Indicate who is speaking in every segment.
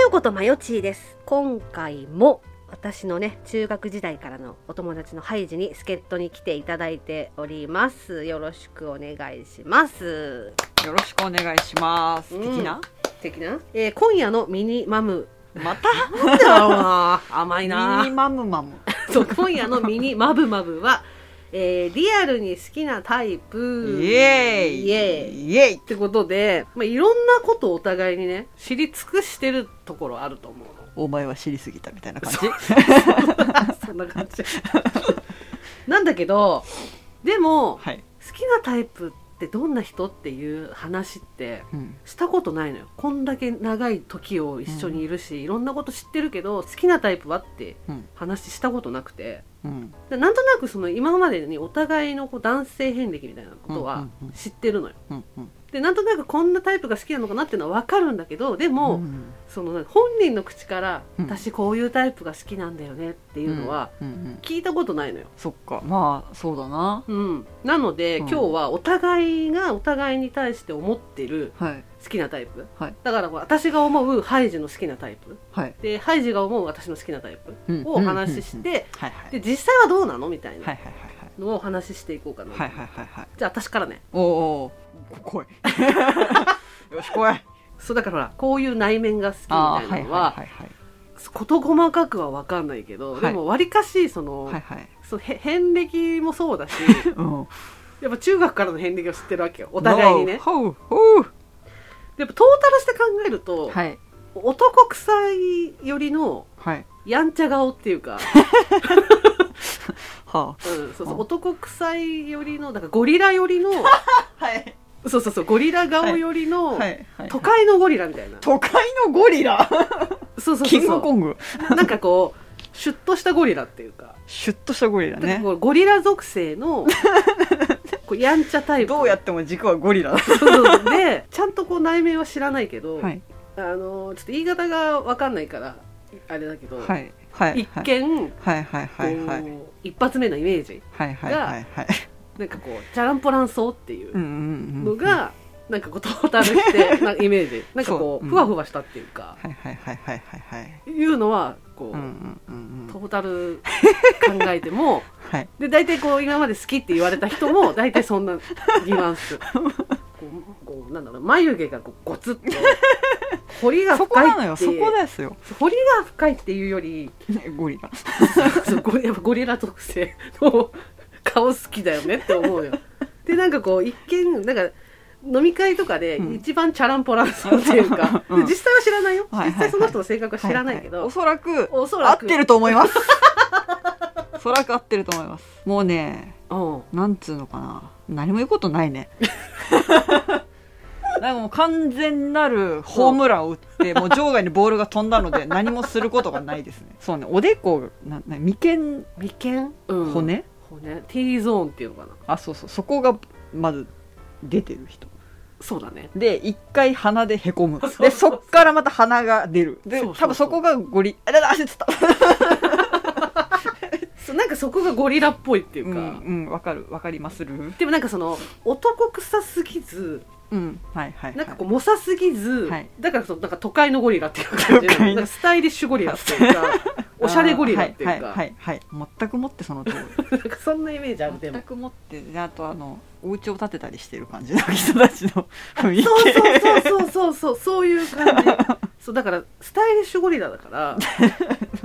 Speaker 1: よことまよちーです今回も私のね中学時代からのお友達のハイジに助っ人に来ていただいておりますよろしくお願いします
Speaker 2: よろしくお願いします。
Speaker 1: うん
Speaker 2: 的な
Speaker 1: 的な、えー今夜のミニマム
Speaker 2: また
Speaker 1: なんだろうな甘いな
Speaker 2: ミニマムマム。
Speaker 1: そう今夜のミニマブマブは、えーリアルに好きなタイプ
Speaker 2: イエーイ
Speaker 1: イエーイっ
Speaker 2: イエーイ
Speaker 1: てことで、まあ、いろんなことをお互いにね知り尽くしてるところあると思うの
Speaker 2: お前は知りすぎたみたいな感じ。
Speaker 1: そんな感じなんだけどでも
Speaker 2: はい。
Speaker 1: 好きなタイプってどんな人っていう話って
Speaker 2: うん。
Speaker 1: したことないのよこんだけ長い時を一緒にいるし、いろんなこと知ってるけど好きなタイプはって
Speaker 2: うん。
Speaker 1: 話したことなくて
Speaker 2: うん。
Speaker 1: でなんとなくその今までにお互いのこう男性遍歴みたいなこと
Speaker 2: うん
Speaker 1: は
Speaker 2: うんうん
Speaker 1: 知ってるのよ。
Speaker 2: うん。うん。
Speaker 1: でなんとなくこんなタイプが好きなのかなっていうのは分かるんだけどでも、
Speaker 2: うん
Speaker 1: そのなんか本人の口から「
Speaker 2: うん
Speaker 1: 私こういうタイプが好きなんだよね」っていうのは
Speaker 2: うん。うん。
Speaker 1: 聞いたことないのよ。
Speaker 2: そっか。まあ、そうだな。
Speaker 1: うん、なので、
Speaker 2: うん
Speaker 1: 今日はお互いがお互いに対して思ってる
Speaker 2: はい。
Speaker 1: 好きなタイプ、
Speaker 2: はい
Speaker 1: だからこう私が思うハイジの好きなタイプ
Speaker 2: はい。
Speaker 1: でハイジが思う私の好きなタイプ
Speaker 2: うん
Speaker 1: をお話しし。
Speaker 2: うんうんうん
Speaker 1: て
Speaker 2: はいはい。
Speaker 1: で実際はどうなのみたい
Speaker 2: はい
Speaker 1: な
Speaker 2: はいはいはい。
Speaker 1: のをお話ししていこうかな、
Speaker 2: はいはいはいはい。
Speaker 1: じゃあ私からね
Speaker 2: おーおー。こ来 い。よし来い。
Speaker 1: そうだからほらこういう内面が好きみ
Speaker 2: ああ
Speaker 1: た
Speaker 2: ー、
Speaker 1: い
Speaker 2: は
Speaker 1: ないの
Speaker 2: は
Speaker 1: はい
Speaker 2: はい
Speaker 1: 事細かくは分かんないけど、
Speaker 2: はい
Speaker 1: でもわりかしその,、
Speaker 2: はい。はいはい。
Speaker 1: そのへ遍歴もそう だし
Speaker 2: うん。
Speaker 1: やっぱ中学からの遍歴を知ってるわけよお互いにね
Speaker 2: ほうほう。
Speaker 1: やっぱトータルして考えると、
Speaker 2: はい。
Speaker 1: 男臭いよりの
Speaker 2: はい。
Speaker 1: やんちゃ顔っていう か、うん、そう
Speaker 2: は
Speaker 1: そううん男臭いよりのなんかゴリラよ りの
Speaker 2: あ。はい。
Speaker 1: そうそうそうゴリラ顔よりの、
Speaker 2: はい。はい
Speaker 1: 都会のゴリラみたいな
Speaker 2: 都会のゴリラ
Speaker 1: そうそう
Speaker 2: キ
Speaker 1: そう
Speaker 2: ングコ
Speaker 1: そ
Speaker 2: ング
Speaker 1: うなんかこうシュッとしたゴリラっていうか
Speaker 2: シュッとしたゴリ
Speaker 1: な
Speaker 2: ラ
Speaker 1: んか
Speaker 2: ね
Speaker 1: こうゴリラ属性 のこうやんちゃタイプ
Speaker 2: どうやっても軸はゴリラだ
Speaker 1: そうそうでちゃんとこう内面は知らないけど、
Speaker 2: はい
Speaker 1: あのちょっと言い方が分かんないからあれだけど、
Speaker 2: はいはい
Speaker 1: 一見、
Speaker 2: はいはいはいはい
Speaker 1: こう一発目のイメージ
Speaker 2: はいはいはいはい
Speaker 1: なんかこうチャランポランそうっていううん
Speaker 2: うんう
Speaker 1: の
Speaker 2: ん
Speaker 1: が、なんかこうトータルして なんかイメージなんか
Speaker 2: そう
Speaker 1: こう
Speaker 2: うん
Speaker 1: ふわふわしたっていうか、
Speaker 2: はいはいはいはいはいはい
Speaker 1: いうのはこう、
Speaker 2: うんうんうんう
Speaker 1: ト
Speaker 2: ん
Speaker 1: ータル考えて も
Speaker 2: はい
Speaker 1: で大体こう今まで好きって言われた人も大体そんなニュアンスこうこうなんだろう眉毛がこうゴツッと彫りが
Speaker 2: そこな
Speaker 1: 深
Speaker 2: の
Speaker 1: いっ
Speaker 2: よ
Speaker 1: て
Speaker 2: そこですよ
Speaker 1: 彫りが深いっていうより
Speaker 2: ゴリラ
Speaker 1: そうゴリやっぱゴリラ特性の顔好きだよねって思うよでなんかこう一見なんか飲み会とかで
Speaker 2: うん
Speaker 1: 一番チャランポランさんっていうか、
Speaker 2: うん
Speaker 1: で実際は知らないよ、
Speaker 2: はいはいはい
Speaker 1: 実際その人の性格は知らないけど、
Speaker 2: ははおそらく
Speaker 1: おそ
Speaker 2: 合
Speaker 1: ら
Speaker 2: っ
Speaker 1: く
Speaker 2: てると思います おそらく合ってると思いますもうね
Speaker 1: うん
Speaker 2: なんつうのかな何も言うことない ねなんかもう完全なるホームランを打 ってもう場外にボールが飛んだので何もすることがないですねそうねおでこがなな眉間
Speaker 1: 眉間、うん、
Speaker 2: 骨、
Speaker 1: 骨 T ゾーンっていうのかな
Speaker 2: あそうそうそこがまず出てる人
Speaker 1: そうだね
Speaker 2: で一回鼻でへこ む
Speaker 1: そうそう
Speaker 2: でそっからまた鼻が出るで
Speaker 1: そうそうそう
Speaker 2: 多分そこがゴリあだだ焦ってた
Speaker 1: そうなんかそこがゴリラっぽいっていううか、
Speaker 2: んうんわかるわかりまする
Speaker 1: でもなんかその男臭すぎず
Speaker 2: うんはいはい、はい、
Speaker 1: なんかこう猛者すぎず、
Speaker 2: はい
Speaker 1: だからそのなんか都会のゴリラっていう感じ
Speaker 2: 都会
Speaker 1: の
Speaker 2: の
Speaker 1: なんかスタイリッシュゴリラって いうかおしゃれゴリラっていうか,、
Speaker 2: あーはいはい、はいはい、全くもってその通り
Speaker 1: なんかそんなイメージあるで
Speaker 2: 全
Speaker 1: も
Speaker 2: く持ってであとあのお家を建てたりしてる感じの人たちの雰囲気
Speaker 1: そうそうそうそうそうそういう感じ そうだからスタイリッシュゴリラだか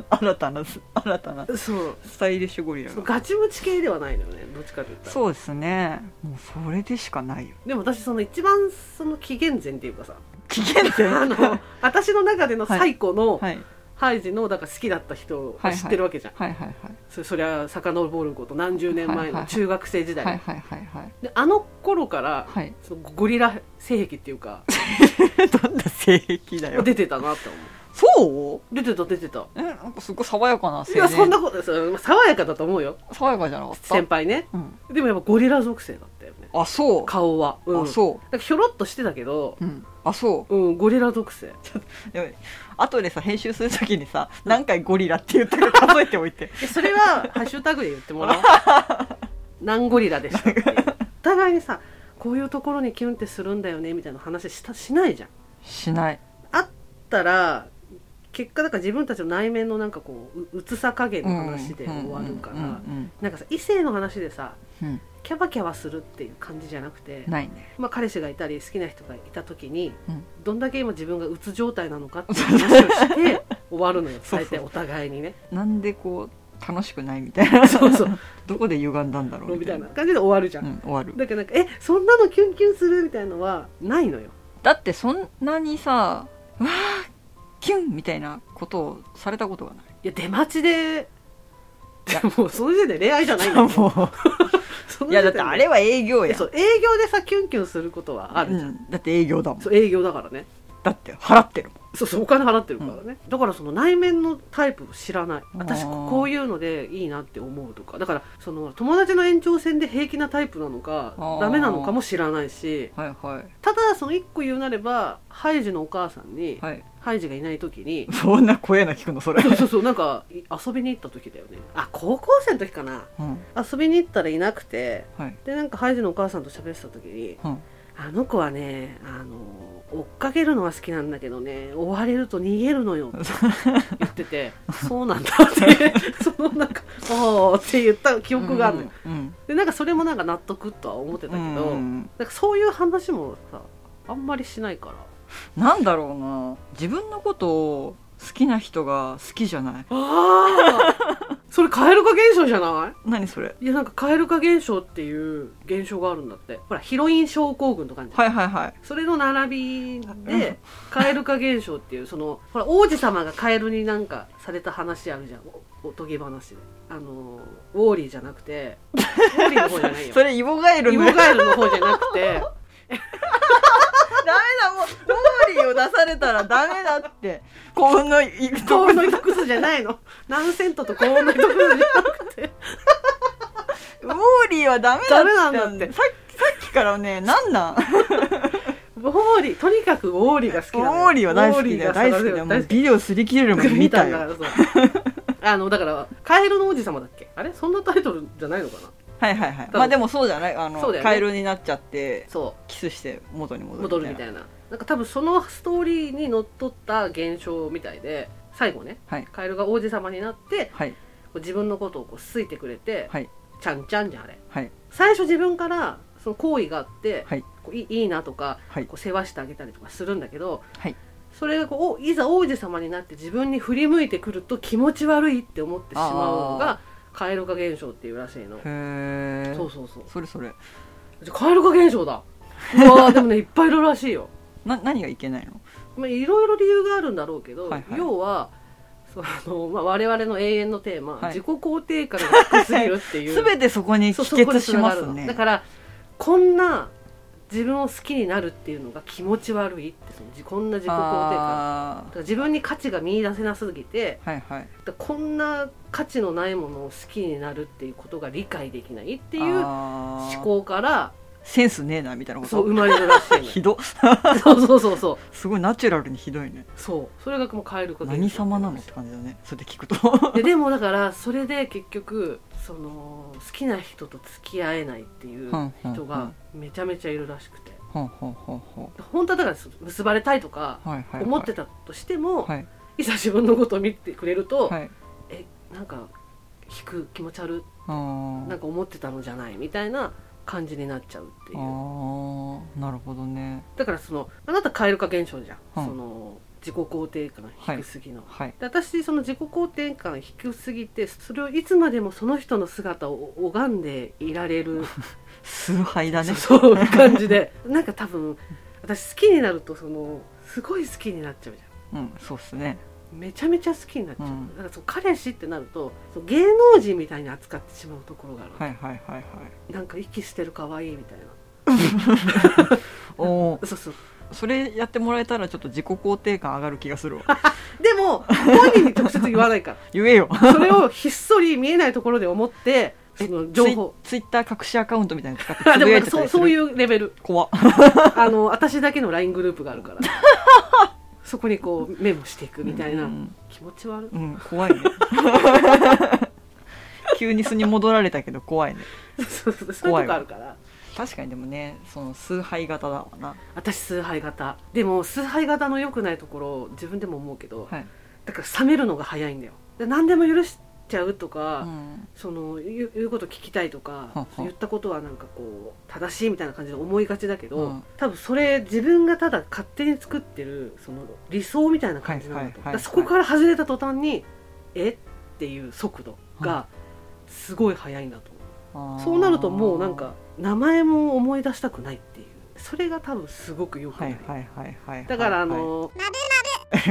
Speaker 2: 新たな新たな
Speaker 1: らそう
Speaker 2: スタイリッシュゴリラ
Speaker 1: そう
Speaker 2: が
Speaker 1: ガチムチ系ではないのよねどっちかというと
Speaker 2: そうですねもうそれでしかないよ
Speaker 1: でも私その一番その紀元前っていうかさ
Speaker 2: 期限って
Speaker 1: あの私の中での最古の
Speaker 2: はい
Speaker 1: ハイジのだから好きだった人を
Speaker 2: はいはい
Speaker 1: 知ってるわけじゃん、
Speaker 2: はいはいはい
Speaker 1: そそりゃ遡ること何十年
Speaker 2: は
Speaker 1: 前
Speaker 2: いはいは
Speaker 1: の
Speaker 2: い
Speaker 1: 中学生時代、
Speaker 2: はいはいはいはい
Speaker 1: であの頃から
Speaker 2: はい
Speaker 1: そのゴリラ性癖っていうか
Speaker 2: どんな性癖だよ
Speaker 1: 出てたなって思う
Speaker 2: そう
Speaker 1: 出てた出てた
Speaker 2: えなんかすごい爽やかない青
Speaker 1: やそん
Speaker 2: 年
Speaker 1: なことそう爽やかだと思うよ
Speaker 2: 爽やかじゃなかった
Speaker 1: 先輩ね
Speaker 2: うん
Speaker 1: でもやっぱゴリラ属性だったよね
Speaker 2: あそう
Speaker 1: 顔は、うん、
Speaker 2: あそ
Speaker 1: なんかひょろっとしてたけど
Speaker 2: ううんあそう
Speaker 1: うんゴリラ属性
Speaker 2: でも後でさ編集するときにさ何回ゴリラって言ったか数えておいて
Speaker 1: でそれはハッシュタグで言ってもらおう 何ゴリラでしたっていうお互いにさこういうところにキュンってするんだよねみたいな話したしないじゃん
Speaker 2: しない
Speaker 1: あったら結果だから自分たちの内面のなんかこうううつさ加減の話で終わるから、
Speaker 2: うん
Speaker 1: なんかさ異性の話でさ
Speaker 2: うんうん
Speaker 1: キャバキャバするっていう感じじゃなくて、
Speaker 2: ないね
Speaker 1: まあ、彼氏がいたり好きな人がいた時に、
Speaker 2: うん
Speaker 1: どんだけ今自分がうつ状態なのかっていう話をして終わるのよ
Speaker 2: そうそ
Speaker 1: 大
Speaker 2: う
Speaker 1: 体お互いにね
Speaker 2: なんでこう楽しくないみた いな
Speaker 1: そうそう
Speaker 2: どこで歪んだんだろう
Speaker 1: みたいな感じで終わるじゃん、
Speaker 2: うん、終わる
Speaker 1: だけどなんかえそんなのキュンキュンするみたいのはないのよ
Speaker 2: だってそんなにさうわーキュンみたいなことをされたことがない
Speaker 1: いや出待ちで
Speaker 2: いや
Speaker 1: もうその時点で恋愛じゃないん だよその時点
Speaker 2: う
Speaker 1: で
Speaker 2: いやだってあれは営業
Speaker 1: い
Speaker 2: や
Speaker 1: やそう営業でさキュンキュンすることはあるじゃん、
Speaker 2: うんだって営業だもん
Speaker 1: そう営業だからね
Speaker 2: だって払ってるもん
Speaker 1: そうそうお金払ってるからね、だからその内面のタイプを知らない私
Speaker 2: あー
Speaker 1: こういうのでいいなって思うとかだからその友達の延長線で平気なタイプなのか
Speaker 2: あー
Speaker 1: ダメなのかも知らないし
Speaker 2: はいはい
Speaker 1: ただその一個言うなればハイジのお母さんに、
Speaker 2: はい
Speaker 1: ハイジがいない時に
Speaker 2: そんな声な聞くのそれ
Speaker 1: そうそうそうなんかい遊びに行った時だよねあ高校生の時かな
Speaker 2: うん
Speaker 1: 遊びに行ったらいなくて
Speaker 2: はい
Speaker 1: でなんかハイジのお母さんと喋ってた時に
Speaker 2: うん
Speaker 1: あの子はねあの追っかけるのは好きなんだけどね追われると逃げるのよって言って てそうなんだって そのなんか「おーって言った記憶があるのよ、
Speaker 2: うん
Speaker 1: でなんかそれもなんか納得とは思ってた
Speaker 2: う
Speaker 1: けど、
Speaker 2: んうん
Speaker 1: なんかそういう話もさあんまりしないから
Speaker 2: なんだろうな自分のことを好きな人が好きじゃない
Speaker 1: ああ それ蛙化現象じゃない
Speaker 2: 何それ
Speaker 1: いやなんか蛙化現象っていう現象があるんだってほらヒロイン症候群とかあるじゃん
Speaker 2: はいはいはい
Speaker 1: それの並び
Speaker 2: うん
Speaker 1: で蛙化現象っていうそのほら王子様がカエルになんかされた話あるじゃんおおとぎ話であのウォーリーじゃなくてウォーリーの方じゃないよ
Speaker 2: それイボガエル
Speaker 1: イ
Speaker 2: の
Speaker 1: モ
Speaker 2: ダメ
Speaker 1: ガエルの方じゃなく て
Speaker 2: だもうオーリーを出されたらダメだって幸運のいく
Speaker 1: 幸
Speaker 2: と
Speaker 1: 運の糸くずじゃないの何セントと幸運の糸くずじゃなくて
Speaker 2: ウォーリーはダメだって
Speaker 1: ダメなんだって
Speaker 2: さっきさっきからねなんなん
Speaker 1: ウォーリーとにかくウォーリーが好き
Speaker 2: ウ
Speaker 1: なの
Speaker 2: ォーリーは大好きだよ
Speaker 1: ウォーリーが
Speaker 2: 大
Speaker 1: そ
Speaker 2: 好
Speaker 1: う
Speaker 2: き
Speaker 1: だよ
Speaker 2: だよもう
Speaker 1: 大好き
Speaker 2: ビデオ擦り切れるもん見たよ
Speaker 1: 見そうあのだからカエルの王子様だっけあれそんなタイトルじゃないのかな
Speaker 2: はいはいはい
Speaker 1: 分
Speaker 2: まあでもそうじゃないあ
Speaker 1: そ
Speaker 2: の
Speaker 1: うだよね
Speaker 2: カエルになっちゃって
Speaker 1: そう
Speaker 2: キスして元に戻
Speaker 1: 戻
Speaker 2: る
Speaker 1: るみ
Speaker 2: みた
Speaker 1: た
Speaker 2: いない
Speaker 1: ななんか多分そのストーリーにのっとった現象みたいで最後ね
Speaker 2: はい
Speaker 1: カエルが王子様になってこ
Speaker 2: はい、
Speaker 1: う自分のことをこう好いてくれて、
Speaker 2: はい
Speaker 1: ちゃんちゃんじゃんあれ
Speaker 2: はい
Speaker 1: 最初自分からその好意があって、
Speaker 2: はい
Speaker 1: こういいいなとか
Speaker 2: はい
Speaker 1: こう世話してあげたりとかするんだけど、
Speaker 2: はい
Speaker 1: それがこうおいざ王子様になって自分に振り向いてくると気持ち悪いって思ってしまうのがカエル化現象っていうらしいの
Speaker 2: へ。え
Speaker 1: そうそうそう
Speaker 2: それそれ
Speaker 1: じゃあカエル化現象だうわーでもねいっぱいいるらしいよ
Speaker 2: な何がいけないの
Speaker 1: まあ、いろいろ理由があるんだろうけど、
Speaker 2: はいはい
Speaker 1: 要はその、 まあ、我々の永遠のテーマ、
Speaker 2: はい
Speaker 1: 自己肯定感が低すぎるって いう
Speaker 2: 全てそこに
Speaker 1: そう
Speaker 2: 帰
Speaker 1: そこに
Speaker 2: 結し
Speaker 1: 繋が
Speaker 2: ま
Speaker 1: る
Speaker 2: す
Speaker 1: の
Speaker 2: ね
Speaker 1: だからこんな自分を好きになるっていうのが気持ち悪いってそのじこんな自己肯定感
Speaker 2: あ
Speaker 1: だから自分に価値が見出せなすぎて
Speaker 2: ーはいはい
Speaker 1: だからこんな価値のないものを好きになるっていうことが理解できないっていう思
Speaker 2: あー
Speaker 1: 考から
Speaker 2: センスねえなみたいなこ
Speaker 1: そう生
Speaker 2: と
Speaker 1: まれるらしいの
Speaker 2: ひど
Speaker 1: よそうそうそうそう
Speaker 2: すごいナチュラルにひどいね
Speaker 1: そうそれがもう変えること
Speaker 2: 何様なのって感じだねそれで聞くと
Speaker 1: ででもだからそれで結局その好きな人と付き合えないっていう人がめちゃめちゃいるらしくて
Speaker 2: ほんほんほんほ
Speaker 1: 本当はだから結ばれたいとか
Speaker 2: んはいはいはい
Speaker 1: 思ってたとしても、
Speaker 2: はい
Speaker 1: い、ざ自分のことを見てくれると、
Speaker 2: はい
Speaker 1: えなんか引く気持ち悪
Speaker 2: あー
Speaker 1: なんか思ってたのじゃないみたいな感じになっちゃうってい
Speaker 2: あ
Speaker 1: う
Speaker 2: ーなるほどね
Speaker 1: だからそのあなた蛙化現象じゃん、
Speaker 2: うん
Speaker 1: その自己肯定感低すぎの、
Speaker 2: はい
Speaker 1: で私その自己肯定感低すぎてそれをいつまでもその人の姿を拝んでいられる
Speaker 2: 崇拝だね
Speaker 1: そういう感じでなんか多分私好きになるとそのすごい好きになっちゃうじゃ
Speaker 2: うんそうっすね
Speaker 1: んめちゃめちゃ好きになっちゃう、
Speaker 2: うん
Speaker 1: だからそう彼氏ってなるとそう芸能人みたいに扱ってしまうところがある、
Speaker 2: はいはいはいはい
Speaker 1: なんか息してる可愛いみたいな
Speaker 2: おお
Speaker 1: そうそう
Speaker 2: それやってもらえたらちょっと自己肯定感上がる気がするわ
Speaker 1: でも本人に直接言わないか
Speaker 2: 言えよ
Speaker 1: らそれをひっそり見えないところで思ってそ
Speaker 2: え
Speaker 1: の情報
Speaker 2: ツイツイッター隠しアカウントみたいなの使って
Speaker 1: あで
Speaker 2: つぶ
Speaker 1: もな
Speaker 2: や
Speaker 1: いんか
Speaker 2: てた
Speaker 1: そう
Speaker 2: りする
Speaker 1: そういうレベル
Speaker 2: 怖っ
Speaker 1: あの私だけの LINE グループがあるからそこにこうメモしていくみたいな、
Speaker 2: うん
Speaker 1: 気持ち悪い
Speaker 2: うん、怖いね 急に素に戻られたけど怖いね
Speaker 1: そうそうそういうとこあ るから
Speaker 2: 確かにでもねその崇拝型だわな
Speaker 1: 私崇拝型でも崇拝型の良くないところ自分でも思うけど、
Speaker 2: はい
Speaker 1: だから冷めるのが早いんだよで何でも許しちゃうと
Speaker 2: う
Speaker 1: か、
Speaker 2: ん
Speaker 1: その言う言うこと聞きたいとか
Speaker 2: はは
Speaker 1: 言ったことはなんかこう正しいみたいな感じで思いがちだけど、
Speaker 2: うん
Speaker 1: 多分それ自分がただ勝手に作ってるその理想みたいな感じなんだと、
Speaker 2: はいはいはい
Speaker 1: だからそこから外れた途端に「えっ?」ていう速度がすごい速いんだと思う、
Speaker 2: あー
Speaker 1: そうなるともうなんか名前も思い出したくないっていうそれが多分すごくよくな、
Speaker 2: はいいはいはいはいはい
Speaker 1: だからあの、
Speaker 2: はい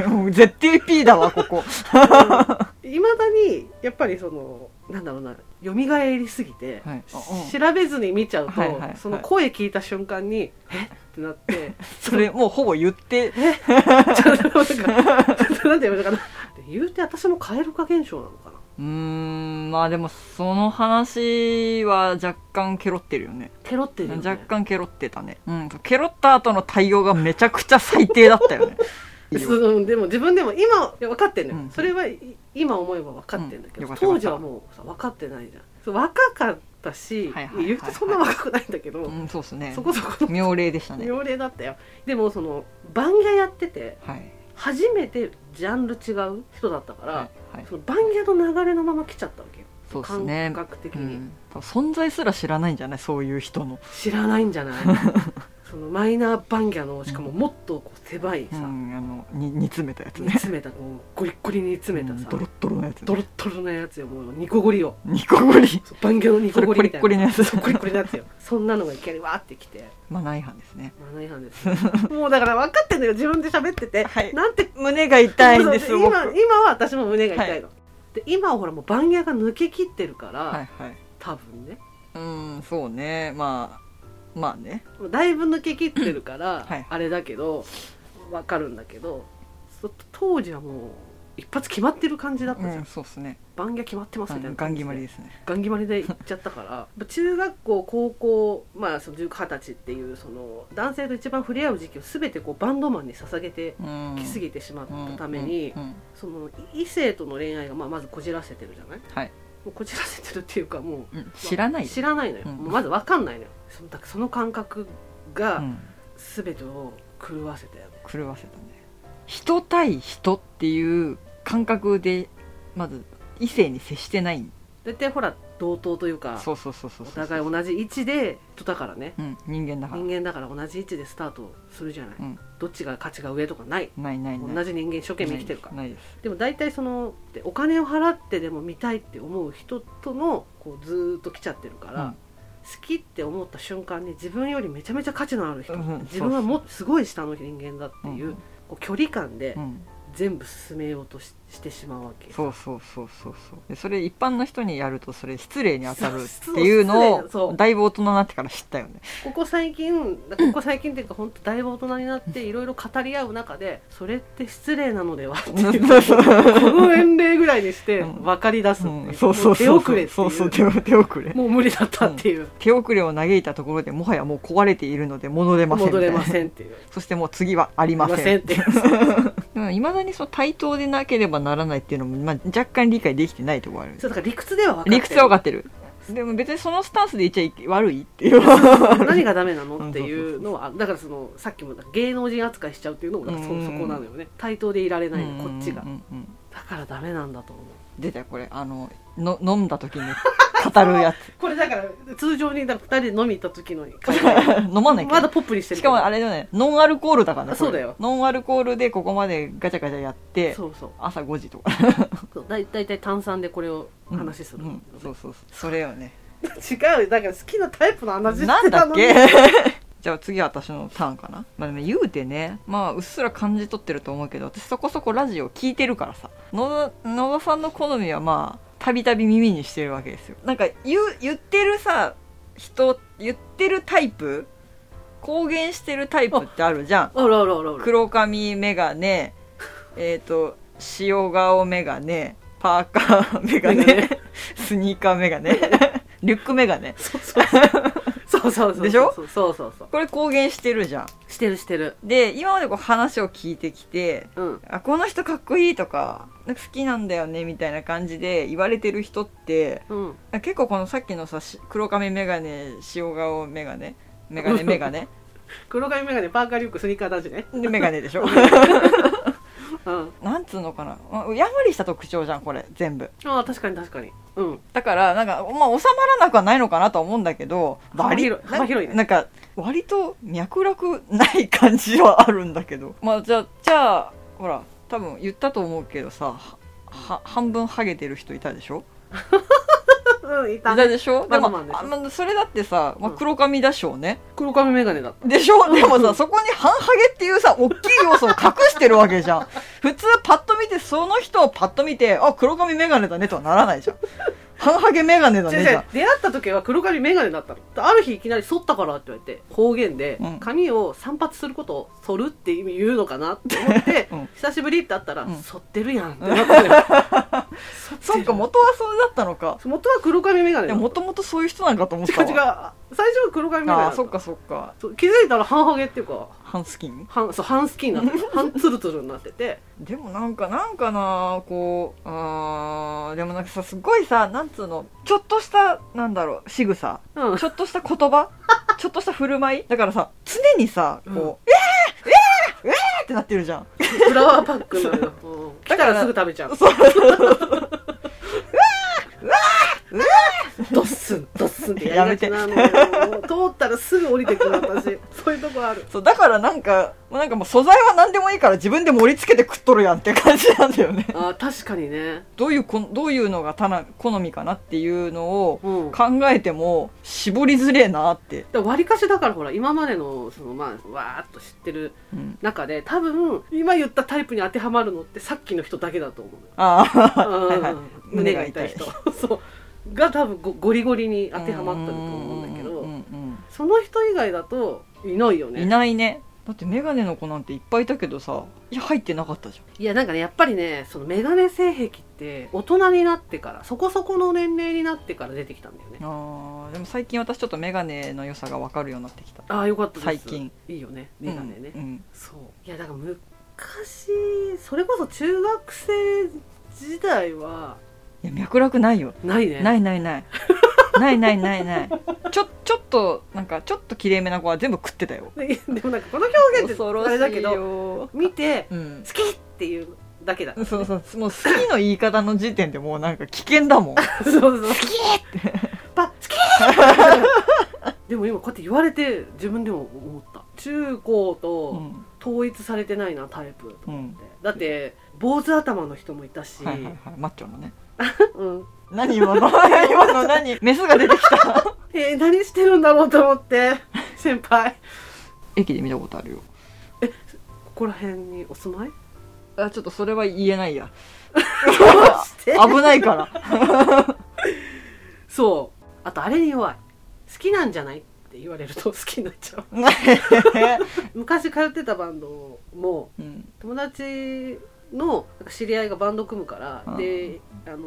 Speaker 2: もう ZTP だわこ こ
Speaker 1: いまだにやっぱりそのなんだろうなよみがえりすぎて、
Speaker 2: はい
Speaker 1: 調べずに見ちゃうと、
Speaker 2: はいはいはい
Speaker 1: その声聞いた瞬間に「えっ?」てなっ て
Speaker 2: それもうほぼ言って
Speaker 1: ちょっとなんかちょっとなんて言うのかな言うて私も蛙化現象なのかな
Speaker 2: うーんまあでもその話は若干ケロってるよね
Speaker 1: ケロってるよ、ね、
Speaker 2: 若干ケロってたねうんケロった後の対応がめちゃくちゃ最低だった よねいいよ
Speaker 1: そうでも自分でも今分かってんのよ、
Speaker 2: うん
Speaker 1: それはい今思えば分かってんだけ
Speaker 2: う
Speaker 1: ど、
Speaker 2: んよかった
Speaker 1: 当時はもうさ分かってないじゃんそう若かったし、
Speaker 2: はいはいはいはい
Speaker 1: 言うてそんな若くないんだけど、
Speaker 2: うんそうっすね
Speaker 1: そこそこの
Speaker 2: 妙齢でしたね
Speaker 1: 妙齢だったよでもその番屋やってて
Speaker 2: はい
Speaker 1: 初めてジャンル違う人だったから、
Speaker 2: はいはい
Speaker 1: その番屋の流れのまま来ちゃったわけよ
Speaker 2: そうですね
Speaker 1: 感覚的
Speaker 2: う
Speaker 1: に、
Speaker 2: ん多分存在すら知らないんじゃないそういう人の
Speaker 1: 知らないんじゃないそのマイナー番屋のしかももっとこう狭いさ、
Speaker 2: うんあのに煮詰めたやつ
Speaker 1: 煮
Speaker 2: ね
Speaker 1: 詰めたこうゴリッゴリに煮詰めたさ、
Speaker 2: うんドロッドロのやつ
Speaker 1: ドロッドロのやつよもうニコゴリよ
Speaker 2: 煮こごり
Speaker 1: そう番屋のニ
Speaker 2: そ
Speaker 1: コ
Speaker 2: れ
Speaker 1: ゴ
Speaker 2: コ
Speaker 1: リみ
Speaker 2: リッ
Speaker 1: たい
Speaker 2: コリ
Speaker 1: な
Speaker 2: のやつ
Speaker 1: そうコリッコリのやつよそんなのがいきなりわーってきて
Speaker 2: マナー違反ですね
Speaker 1: マナー違反ですよもうだから分かってんのよ自分で喋ってて、
Speaker 2: はい
Speaker 1: なんて
Speaker 2: 胸が痛いんです
Speaker 1: そう
Speaker 2: 僕
Speaker 1: 今今は私も胸が痛いの、で今はほらもう番屋が抜けきってるから、
Speaker 2: はいはい
Speaker 1: 多分ね
Speaker 2: うんそうねまあまあね
Speaker 1: だいぶ抜けきってるから、
Speaker 2: はい
Speaker 1: あれだけどわかるんだけどそ当時はもう一発決まってる感じだったじ
Speaker 2: う
Speaker 1: ゃん、
Speaker 2: んそうっすね
Speaker 1: 番屋決まってます
Speaker 2: あ
Speaker 1: みたいな
Speaker 2: のガン
Speaker 1: 感じ
Speaker 2: ギ
Speaker 1: で
Speaker 2: マリですね
Speaker 1: ガンギマリで行っちゃった から中学校高校まあその19 20歳っていうその男性と一番触れ合う時期を全てこうバンドマンに捧げて
Speaker 2: うん
Speaker 1: きすぎてしまったために、
Speaker 2: うんうんうん
Speaker 1: その異性との恋愛がまあまずこじらせてるじゃない
Speaker 2: はい
Speaker 1: もうこじらせてるっていうかもう
Speaker 2: うん知らない
Speaker 1: 知らないのよ、
Speaker 2: うん
Speaker 1: もうまず分かんないのよそのだからその感覚が、
Speaker 2: うん
Speaker 1: 全てを狂わせたよね
Speaker 2: 狂わせたね人対人っていう感覚でまず異性に接してない
Speaker 1: 大体ほら同等というか
Speaker 2: そうそうそうそう
Speaker 1: お
Speaker 2: そう
Speaker 1: 互い同じ位置で人だからね
Speaker 2: うん、人間だから
Speaker 1: 人間だから同じ位置でスタートするじゃない、
Speaker 2: うん
Speaker 1: どっちが価値が上とかない
Speaker 2: ないないない
Speaker 1: 同じ人間一生懸命生きてるから
Speaker 2: ないです
Speaker 1: でも大体そのでお金を払ってでも見たいって思う人とのこうずーっと来ちゃってるから、
Speaker 2: うん
Speaker 1: 好きって思った瞬間に自分よりめちゃめちゃ価値のある人、
Speaker 2: うん
Speaker 1: 自分はもすごい下の人間だっていう,、
Speaker 2: うん
Speaker 1: こう距離感で
Speaker 2: うん、
Speaker 1: 全部進めようとししてしまうわけ
Speaker 2: そうそうそうそうそうでそれ一般の人にやるとそれ失礼に当たるっていうの
Speaker 1: そうそう
Speaker 2: をだいぶ大人になってから知ったよね
Speaker 1: ここ最近ここ最近っていうか本当だいぶ大人になっていろいろ語り合う中でそれって失礼なのではって いうこの年齢ぐらいにして
Speaker 2: うん
Speaker 1: 分かり出すっていう、
Speaker 2: うんそうそう
Speaker 1: も手
Speaker 2: そう
Speaker 1: 遅れ
Speaker 2: そ
Speaker 1: ってい
Speaker 2: うそううそう手遅手遅れ
Speaker 1: もう無理だったっていう、
Speaker 2: 手遅れを嘆いたところでもはやもう壊れているので戻れませんみ
Speaker 1: 戻
Speaker 2: たい
Speaker 1: れ
Speaker 2: な
Speaker 1: ませんっていう
Speaker 2: そしてもう次はありません
Speaker 1: っていうそう
Speaker 2: いまだにその対等でなければならないっていうのも、まあ、若干理解できてないところはある
Speaker 1: だから理屈では分かってる
Speaker 2: 理屈は分かってるでも別にそのスタンスで言っちゃい悪いっていう
Speaker 1: 何がダメなのっていうのはだからそのさっきも芸能人扱いしちゃうっていうのもだからそ,、
Speaker 2: うん
Speaker 1: そこなのよね対等でいられないのこっちが
Speaker 2: うんうんうん
Speaker 1: だからダメなんだと思う
Speaker 2: 出たよこれあのの飲んだ時に語る やつ
Speaker 1: これだから通常にだから2人で飲み行った時のに
Speaker 2: 飲まないけど
Speaker 1: まだポップにしてる
Speaker 2: し
Speaker 1: け
Speaker 2: か
Speaker 1: ど
Speaker 2: もあれだよねノンアルコールだからねこれ
Speaker 1: そうだよ
Speaker 2: ノンアルコールでここまでガチャガチャやって
Speaker 1: そうそう
Speaker 2: 朝5時とか
Speaker 1: そうだいだいたい炭酸でこれを話する、
Speaker 2: うんうんそうそうそうそれよね
Speaker 1: 違うだから好きなタイプの話
Speaker 2: なんだっけ じゃあ次は私のターンかな、まあ、でも言うてね、まあ、うっすら感じ取ってると思うけど私そこそこラジオ聞いてるからさ野田野田さんの好みはまあたびたび耳にしてるわけですよなんか言う言ってるさ人言ってるタイプ公言してるタイプってあるじゃん
Speaker 1: あらあらあらあら
Speaker 2: 黒髪メガネえっ、と塩顔メガネパーカーメガ
Speaker 1: メガ
Speaker 2: ネ
Speaker 1: ネ
Speaker 2: スニーカーメガネ リュックメガネ
Speaker 1: そうそうそうそうそうそう
Speaker 2: でしょ
Speaker 1: そうそうそうそう
Speaker 2: これ公言してるじゃん
Speaker 1: してるしてる
Speaker 2: で今までこう話を聞いてきて
Speaker 1: うん
Speaker 2: あこの人かっこいいとかなんか好きなんだよねみたいな感じで言われてる人って
Speaker 1: うん
Speaker 2: 結構このさっきのさし黒髪メガネ塩顔メガネメガネメガネ
Speaker 1: 黒髪眼鏡パーカーリュックスニーカー男子ね
Speaker 2: でメガネでしょ
Speaker 1: うん
Speaker 2: なんつうのかな、まあ、やんわりした特徴じゃんこれ全部
Speaker 1: ああ確かに確かにうん
Speaker 2: だからなんか、まあ、収まらなくはないのかなとは思うんだけど
Speaker 1: 幅
Speaker 2: 割り
Speaker 1: 広い幅広いね
Speaker 2: なんか割と脈絡ない感じはあるんだけどまあじゃあじゃあほら多分言ったと思うけどさはは半分ハゲてる人いたでしょ
Speaker 1: うんい
Speaker 2: いた
Speaker 1: た
Speaker 2: でしょでも
Speaker 1: バンドマンでしょ
Speaker 2: あまあそれだってさ、まあ
Speaker 1: うん
Speaker 2: 黒髪だしょうね、
Speaker 1: 黒髪眼鏡だった
Speaker 2: でしょでも
Speaker 1: う
Speaker 2: さ
Speaker 1: ん
Speaker 2: そこに半ハゲっていうさ大きい要素を隠してるわけじゃん 普通パッと見てその人をパッと見てあ黒髪メガネだねとはならないじゃん半ハゲメガネだね
Speaker 1: 先
Speaker 2: じゃん
Speaker 1: 生出会った時は黒髪眼鏡だったのある日いきなり「剃ったから」って言われて方言で
Speaker 2: うん
Speaker 1: 髪を散髪することを「剃る」って意味言うのかなって思って、
Speaker 2: うん
Speaker 1: 久しぶりって会ったら「
Speaker 2: うん
Speaker 1: 剃ってるやん」ってなったのよ
Speaker 2: そっか元はそうだったのか
Speaker 1: 元は黒髪眼鏡
Speaker 2: で
Speaker 1: だ
Speaker 2: もともとそういう人なんかと思っ
Speaker 1: 違
Speaker 2: た
Speaker 1: う
Speaker 2: わ
Speaker 1: 違う最初は黒髪眼鏡だ
Speaker 2: あ
Speaker 1: っ
Speaker 2: あ
Speaker 1: た
Speaker 2: そっかそっか
Speaker 1: そう気づいたら半ハゲっていうか
Speaker 2: 半スキン
Speaker 1: 半そう半スキンになってる半ツルツルになってて
Speaker 2: でもなんかなんかなこうあーでもなんかさすごいさなんつうのちょっとしたなんだろう仕草
Speaker 1: うん
Speaker 2: ちょっとした言葉 ちょっとした振る舞いだからさ常にさこう、
Speaker 1: うん
Speaker 2: ええええええってなってるじゃん
Speaker 1: フラワーパックになるの、うん来たらすぐ食べちゃう
Speaker 2: そう
Speaker 1: ドッスンドッスンってやりがちなのよもう通ったらすぐ降りてくる私そういうとこある
Speaker 2: そうだからなんかもうなんかもう素材は何でもいいから自分で盛り付けて食っとるやんって感じなんだよ ね
Speaker 1: あー確かにね
Speaker 2: どういうこどういうのがたな好みかなっていうのを
Speaker 1: うん
Speaker 2: 考えても絞りづれえなって、
Speaker 1: で割りかしだからほら今までのそのまあわーっと知ってる
Speaker 2: うん、
Speaker 1: 中で多分今言ったタイプに当てはまるのってさっきの人だけだと思う
Speaker 2: ああ、はいは
Speaker 1: う
Speaker 2: い
Speaker 1: ん胸が痛い人そうが多分ゴゴリゴリに当てはまってると思うんだけ
Speaker 2: う
Speaker 1: ど
Speaker 2: んうん
Speaker 1: その人以外だといないよ
Speaker 2: うん
Speaker 1: ね
Speaker 2: いないねだってメガネの子なんていっぱいいたけどさいや入ってなかったじゃん
Speaker 1: いやなんかねやっぱりねそのメガネ性癖って大人になってからそこそこの年齢になってから出てきたんだよね
Speaker 2: あーでも最近私ちょっとメガネの良さが分かるようになってきた
Speaker 1: ああよかったです
Speaker 2: 最近
Speaker 1: いいよねメガネね、
Speaker 2: うんうん
Speaker 1: そういやだから昔それこそ中学生時代はい
Speaker 2: や脈絡ないよ
Speaker 1: ないね
Speaker 2: ないいない ないないないないないちょちょっとなんかちょっときれいめな子は全部食ってたよ
Speaker 1: でもなんかこの表現ってあれだけど
Speaker 2: ど
Speaker 1: 見て
Speaker 2: うん
Speaker 1: 好きっていうだけだからね
Speaker 2: そうそうもう好きの言い方の時点でもうなんか危険だもん
Speaker 1: そうそう好きパ好きでも今こうやって言われて自分でも思った中高
Speaker 2: う
Speaker 1: と
Speaker 2: ん
Speaker 1: 統一されてないなタイプと
Speaker 2: う
Speaker 1: 思
Speaker 2: ん
Speaker 1: って、だって坊主頭の人もいたし、
Speaker 2: はいはいはいマッチョのね
Speaker 1: うん、
Speaker 2: 何今の 今の何メスが出てきた
Speaker 1: えー何してるんだろうと思って先輩
Speaker 2: 駅で見たことあるよ
Speaker 1: ここら辺にお 住まい
Speaker 2: あちょっとそれは言えないや
Speaker 1: して
Speaker 2: 危ない から
Speaker 1: そうあとあれに弱い好きなんじゃないって言われると好きになっちゃう昔通ってたバンドも
Speaker 2: うん
Speaker 1: 友達のなんか知り合いがバンド組むから、
Speaker 2: うん
Speaker 1: であの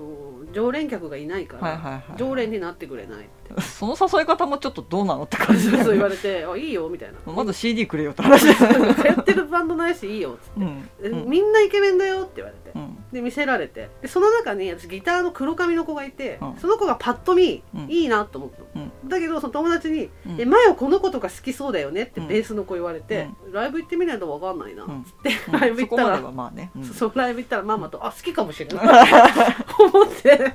Speaker 1: 常連客がいないから、
Speaker 2: はいはいはい
Speaker 1: 常連になってくれないって
Speaker 2: その誘い方もちょっとどうなのって感じだ
Speaker 1: そう言
Speaker 2: よ
Speaker 1: わ
Speaker 2: ね
Speaker 1: れて「あいいよ」みたいな
Speaker 2: まず CD くれよって話だよね
Speaker 1: 通ってるバンドないしいいよっつって、
Speaker 2: うん
Speaker 1: で
Speaker 2: うん
Speaker 1: みんなイケメンだよ」って言われて、
Speaker 2: うん
Speaker 1: で見せられてでその中に私ギターの黒髪の子がいて、
Speaker 2: うん
Speaker 1: その子がパッと見、
Speaker 2: うん
Speaker 1: いいなと思ったの、だけどその友達に
Speaker 2: う
Speaker 1: 「
Speaker 2: ん
Speaker 1: え前をこの子とか好きそうだよね」って
Speaker 2: うん
Speaker 1: ベースの子言われて、ライブ行ってみないと分かんないな、
Speaker 2: うん
Speaker 1: つって
Speaker 2: うん
Speaker 1: ライブ
Speaker 2: そ
Speaker 1: 行
Speaker 2: こ
Speaker 1: った
Speaker 2: ま
Speaker 1: ら
Speaker 2: ではまあね、うん
Speaker 1: そうライブ行ったらママと「あ好きかもしれ ない」思って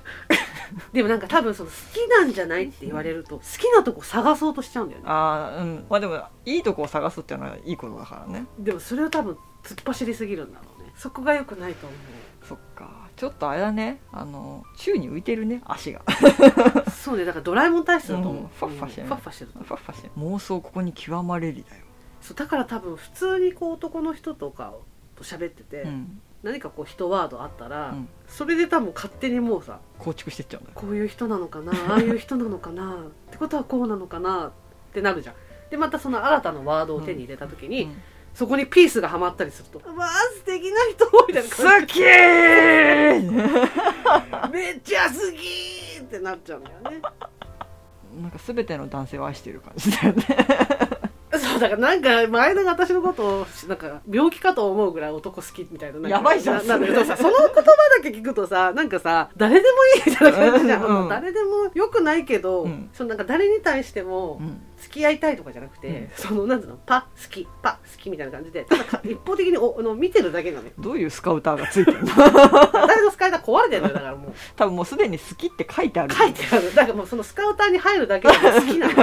Speaker 1: でもなんか多分その好きなんじゃないって言われると好きなとこ探そうとしちゃうんだよね
Speaker 2: ああうんまあでもいいとこを探すっていうのはいいことだからね
Speaker 1: でもそれを多分突っ走りすぎるんだろうねそこが良くないと思う
Speaker 2: そっかちょっとあれだねあの宙に浮いてるね足 が
Speaker 1: そうねだからドラえもん体質だと思う、
Speaker 2: うんファッファして
Speaker 1: うん
Speaker 2: る
Speaker 1: ファッファしてる
Speaker 2: ふわふわして妄想ここに極まれりだよ、
Speaker 1: そうだから多分普通にこう男の人とかと喋ってて、
Speaker 2: うん、
Speaker 1: 何かこう一ワードあったら、
Speaker 2: うん
Speaker 1: それで多分勝手にもうさ
Speaker 2: 構築してっちゃうんだよ
Speaker 1: こういう人なのかなああいう人なのかなってことはこうなのかなってなるじゃんでまたその新たなワードを手に入れた時に、
Speaker 2: うん
Speaker 1: そこにピースがはまったりすると「うわあ素敵な人」みたいな感
Speaker 2: 好きー
Speaker 1: じめっちゃ好き!」ってなっちゃうんだよね
Speaker 2: なんか全ての男性を愛してる感じだよね
Speaker 1: そうそうだからなんか前田が私のことをなんか病気かと思うぐらい男好きみたいななんか
Speaker 2: やばいじゃん
Speaker 1: ななんだけ
Speaker 2: そ
Speaker 1: ど
Speaker 2: れ
Speaker 1: さその言葉だけ聞くとさなんかさ誰でもいいみたいな感じじゃん、
Speaker 2: うんうん
Speaker 1: 誰でもよくないけど、
Speaker 2: うん
Speaker 1: そのなんか誰に対しても
Speaker 2: うん
Speaker 1: 付き合いたいとかじゃなくて、
Speaker 2: うん
Speaker 1: そのなんつうのパ好きパ好きみたいな感じでただ か一方的におあの見てるだけなのよ
Speaker 2: どういうスカウターがついてるの
Speaker 1: 誰のスカイダー壊れてるのよだからもう
Speaker 2: 多分もうすでに好きって書いてある
Speaker 1: 書いてあるだからもうそのスカウターに入るだけでも好きなのよ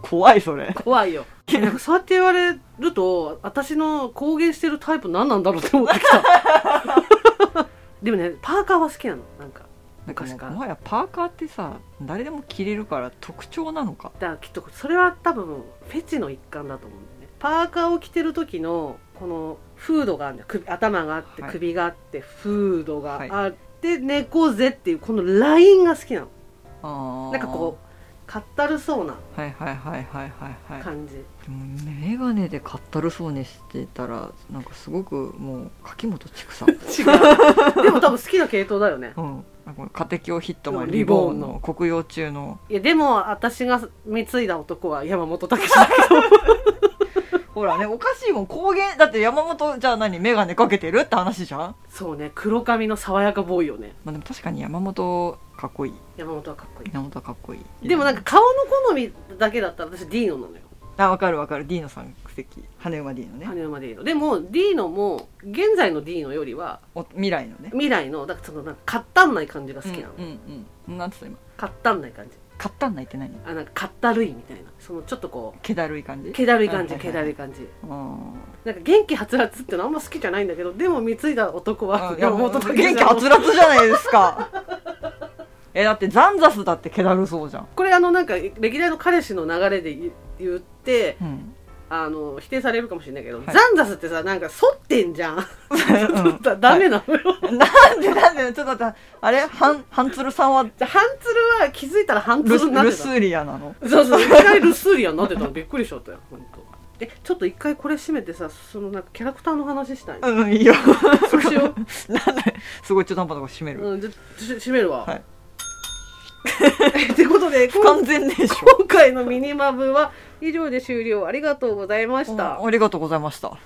Speaker 2: 怖いそれ
Speaker 1: 怖いよ なんかそうやって言われると私の公言してるタイプ何なんだろうって思ってきた でもねパーカーは好きなのなんか
Speaker 2: なんかも
Speaker 1: 昔か
Speaker 2: う
Speaker 1: ら
Speaker 2: もはやパーカーってさ誰でも着れるから特徴なのか
Speaker 1: だからきっとそれは多分フェチの一環だと思うんだよねパーカーを着てる時のこのフードがあるんだよ首頭があって
Speaker 2: はい
Speaker 1: 首があって、フードがあって、猫背っていうこのラインが好きなの
Speaker 2: あ
Speaker 1: なんかこうかったるそうな
Speaker 2: うはいはいはいはいはいはい
Speaker 1: 感じ、
Speaker 2: でも眼鏡でかったるそうにしてたらなんかすごくもう柿本畜 さん
Speaker 1: 違うでも多分好きな系統だよね
Speaker 2: うんなんかカテキオヒットマン
Speaker 1: うん
Speaker 2: リボーン
Speaker 1: リボー
Speaker 2: の国用中の
Speaker 1: いやでも私が貢いだ男は山本武だ けど
Speaker 2: ほらねおかしいもん光源だって山本じゃあ何眼鏡かけてるって話じゃんま
Speaker 1: そうね黒髪の爽やかボーイよね
Speaker 2: あでも確かに山本かっこいい
Speaker 1: 山本はかっこい
Speaker 2: 山本はかっこいい
Speaker 1: いでもなんか顔の好みだけだったら私ディーノなのよ
Speaker 2: あわかるわかるディーノさん席羽馬ディーノね
Speaker 1: 羽生までいいのでもディーノも現在のディーノよりは
Speaker 2: お未来のね
Speaker 1: 未来のだからそのなんかかったんない感じが好きなの、
Speaker 2: うんうん、うん、なんつった今
Speaker 1: かったんない感じ
Speaker 2: 買ったんないって何
Speaker 1: あなんかかったるいみたいなそのちょっとこ
Speaker 2: 気だるい感じ
Speaker 1: う気だるい感じ
Speaker 2: はい
Speaker 1: 気
Speaker 2: はい
Speaker 1: だ
Speaker 2: はい
Speaker 1: るい感じ
Speaker 2: うん
Speaker 1: なんか元気はつらつってのあんま好きじゃないんだけどでも貢いだ男は
Speaker 2: や
Speaker 1: 山本
Speaker 2: 元
Speaker 1: 武
Speaker 2: 気はつらつじゃないですか えだってザンザスだって気だるそうじゃん、
Speaker 1: これあのなんか歴代の彼氏の流れで言言って
Speaker 2: うん
Speaker 1: あの否定されるかもしれないけど、
Speaker 2: い
Speaker 1: ザンザスってさなんか反ってんじゃん
Speaker 2: うん
Speaker 1: だ ダメなのよ、
Speaker 2: なんでなんでちょっと待ってあれハンハンツルさんは
Speaker 1: じゃあハンツルは気づいたらハンツ
Speaker 2: ル
Speaker 1: ル
Speaker 2: ス
Speaker 1: になっ
Speaker 2: ル
Speaker 1: てた
Speaker 2: スーリアなの
Speaker 1: そうそう一回ルスーリアになってたのびっくりしちゃったよ本当。えちょっと一回これ閉めてさそのなんかキャラクターの話したい、
Speaker 2: うんいいよ
Speaker 1: そうしよ
Speaker 2: なんですごい中途半端なとこ閉め
Speaker 1: う、
Speaker 2: る、
Speaker 1: うん、じゃあし閉めるわ、
Speaker 2: はい
Speaker 1: ってことでこん
Speaker 2: 完全でしょ
Speaker 1: 今回のミニマムは以上で終了ありがとうございました
Speaker 2: うんありがとうございました